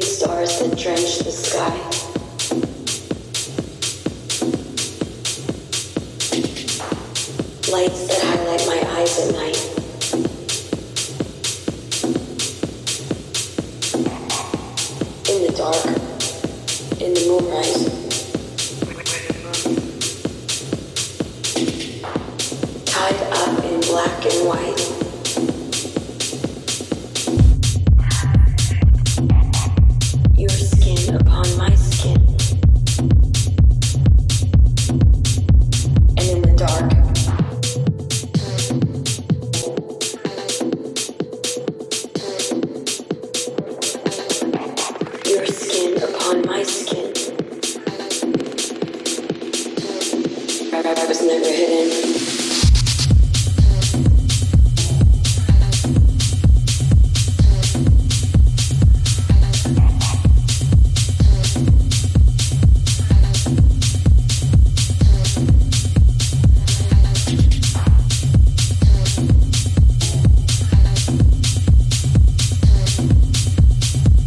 stars that drench the sky. Lights that highlight my eyes at night. In the dark, in the moonrise. Tied up in black and white. Your skin upon my skin. And in the dark, your skin upon my skin. I I was never hidden. I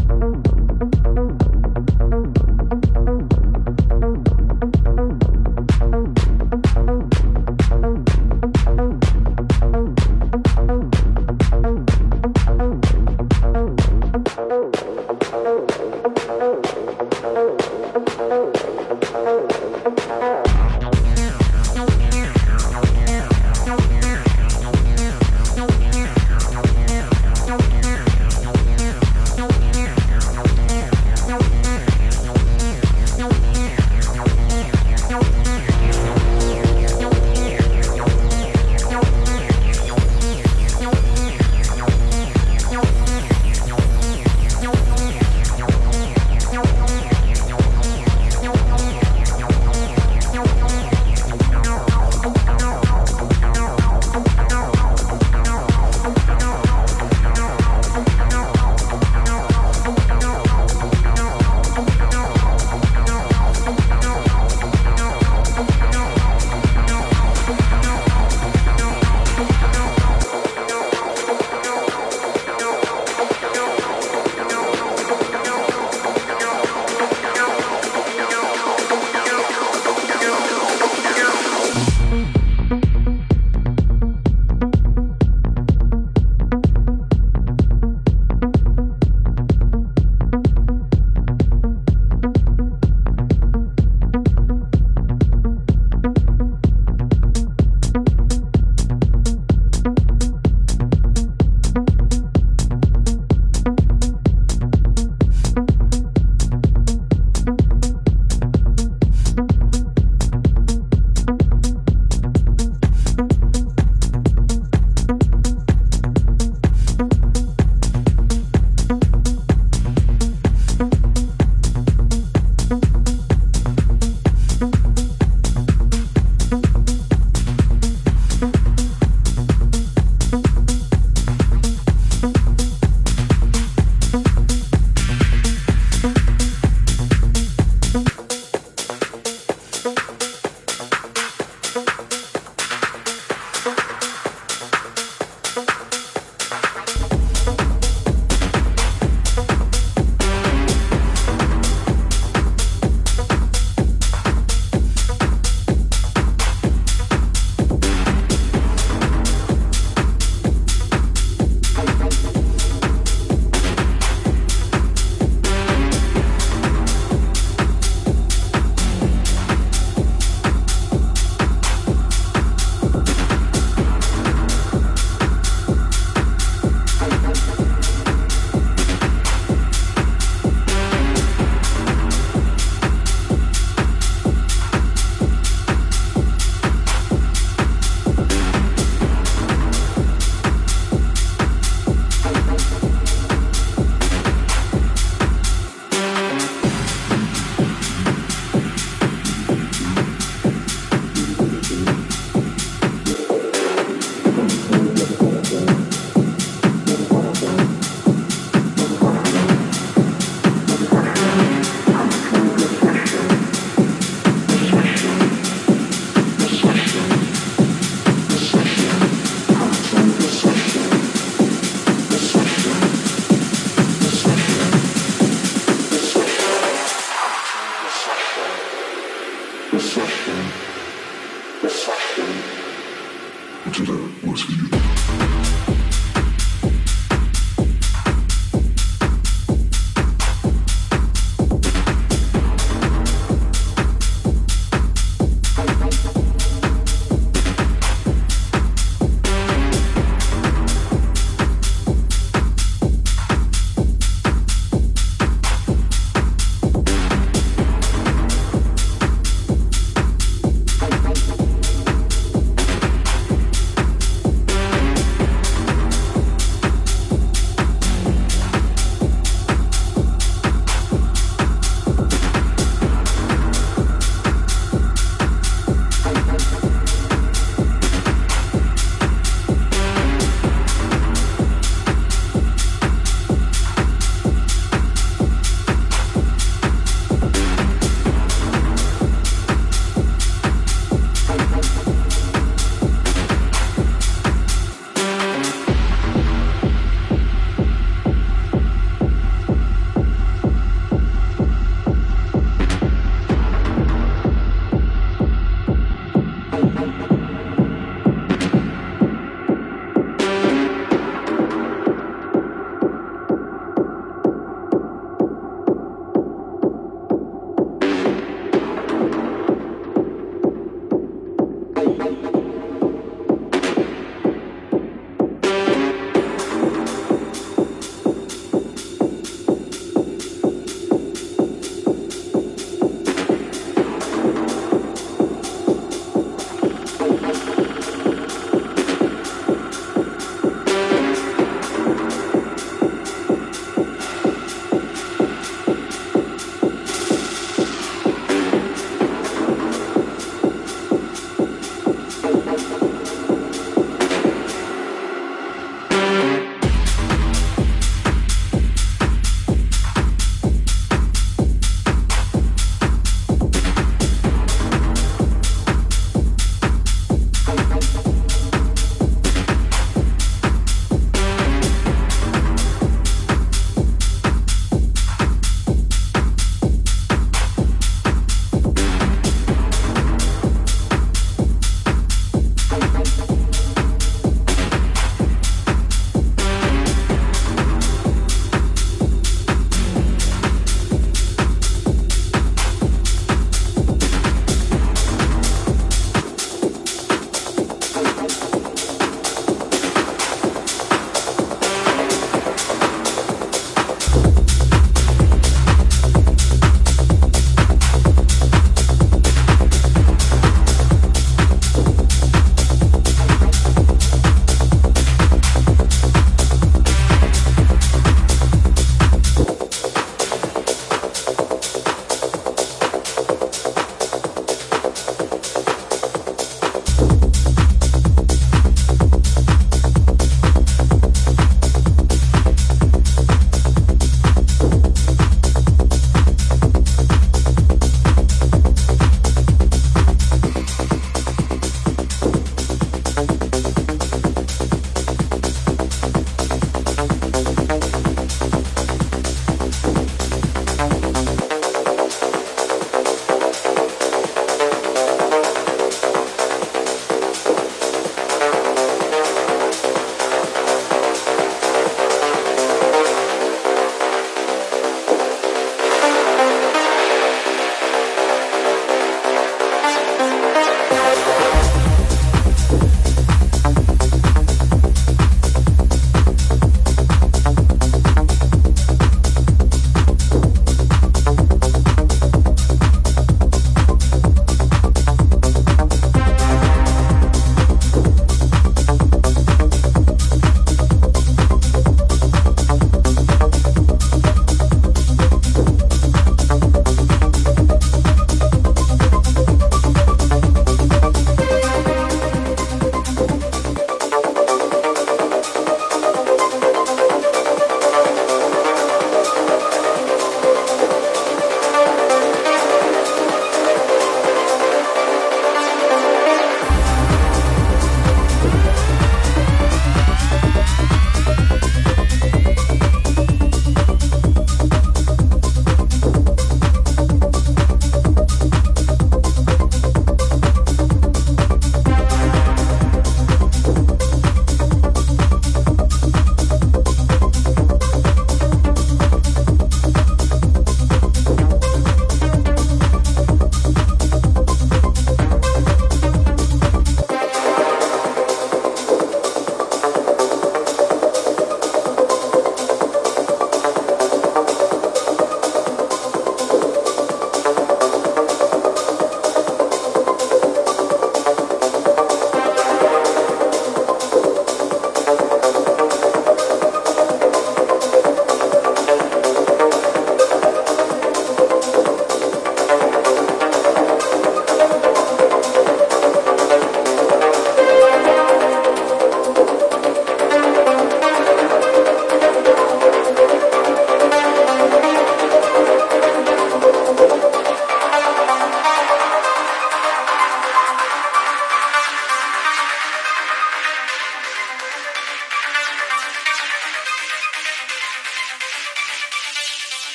Thank you. reflection, reflection into that was you.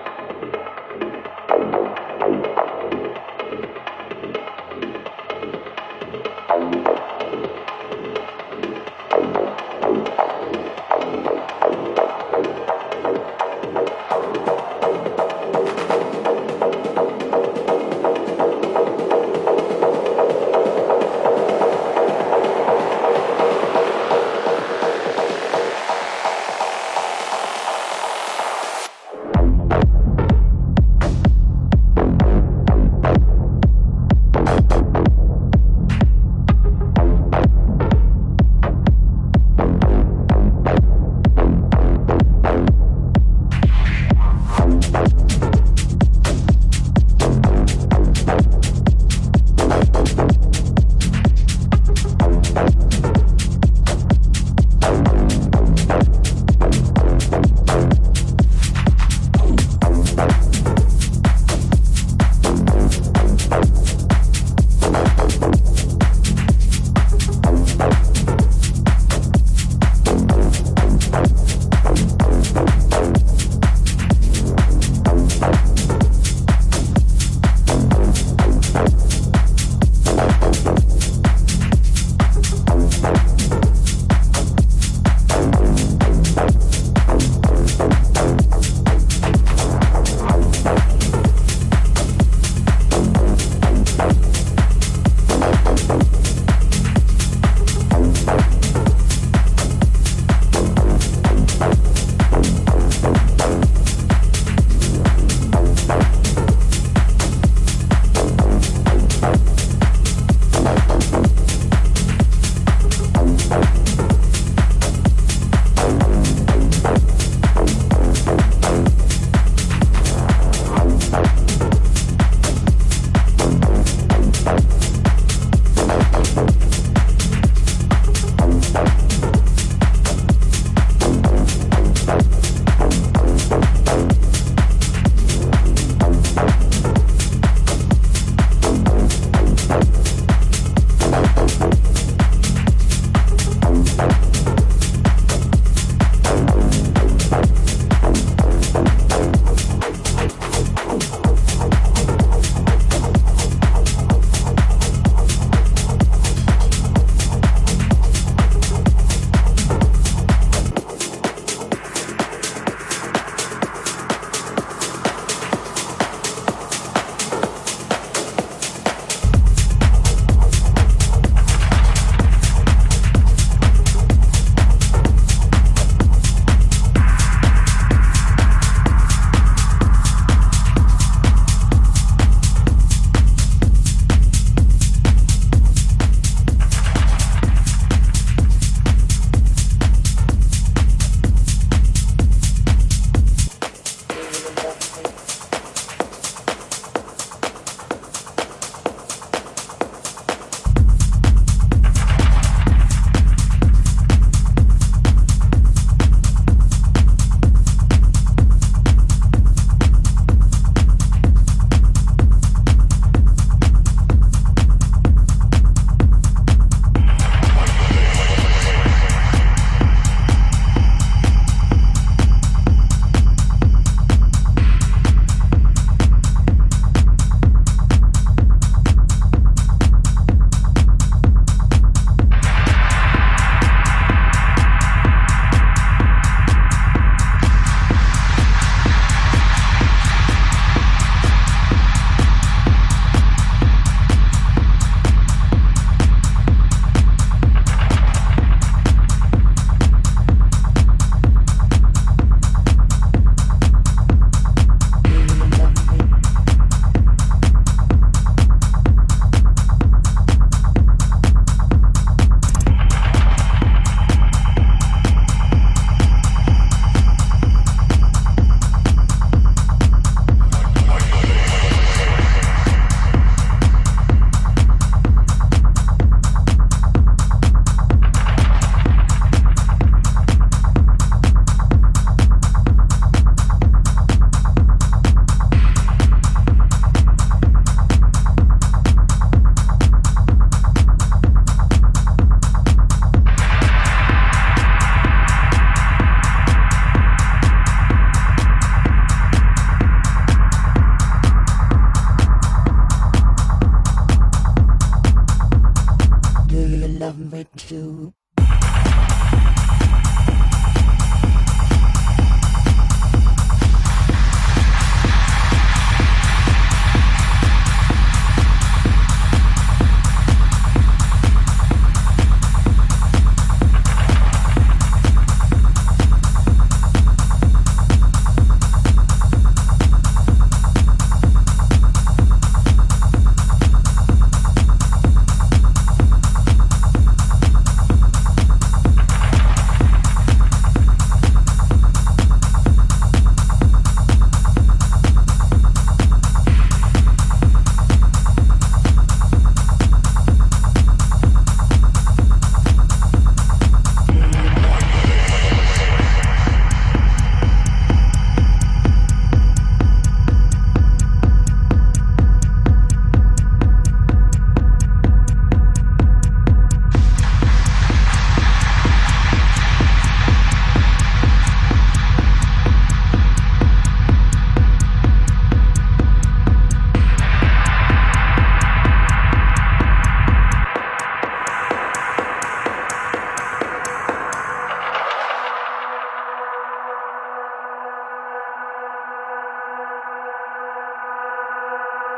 Thank you.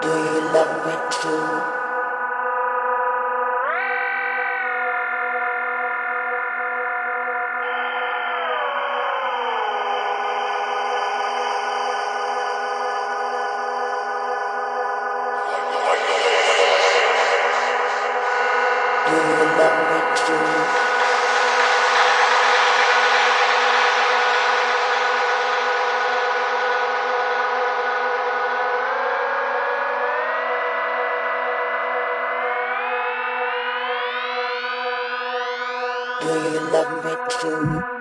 Do you love me too? Do you love me too? Do you love me too?